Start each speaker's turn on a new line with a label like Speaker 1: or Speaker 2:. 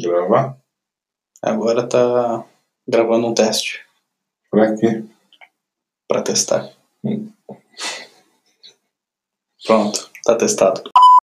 Speaker 1: Gravar?
Speaker 2: Agora tá gravando um teste
Speaker 1: Pra quê?
Speaker 2: pra testar.
Speaker 1: Hum.
Speaker 2: Pronto, tá testado.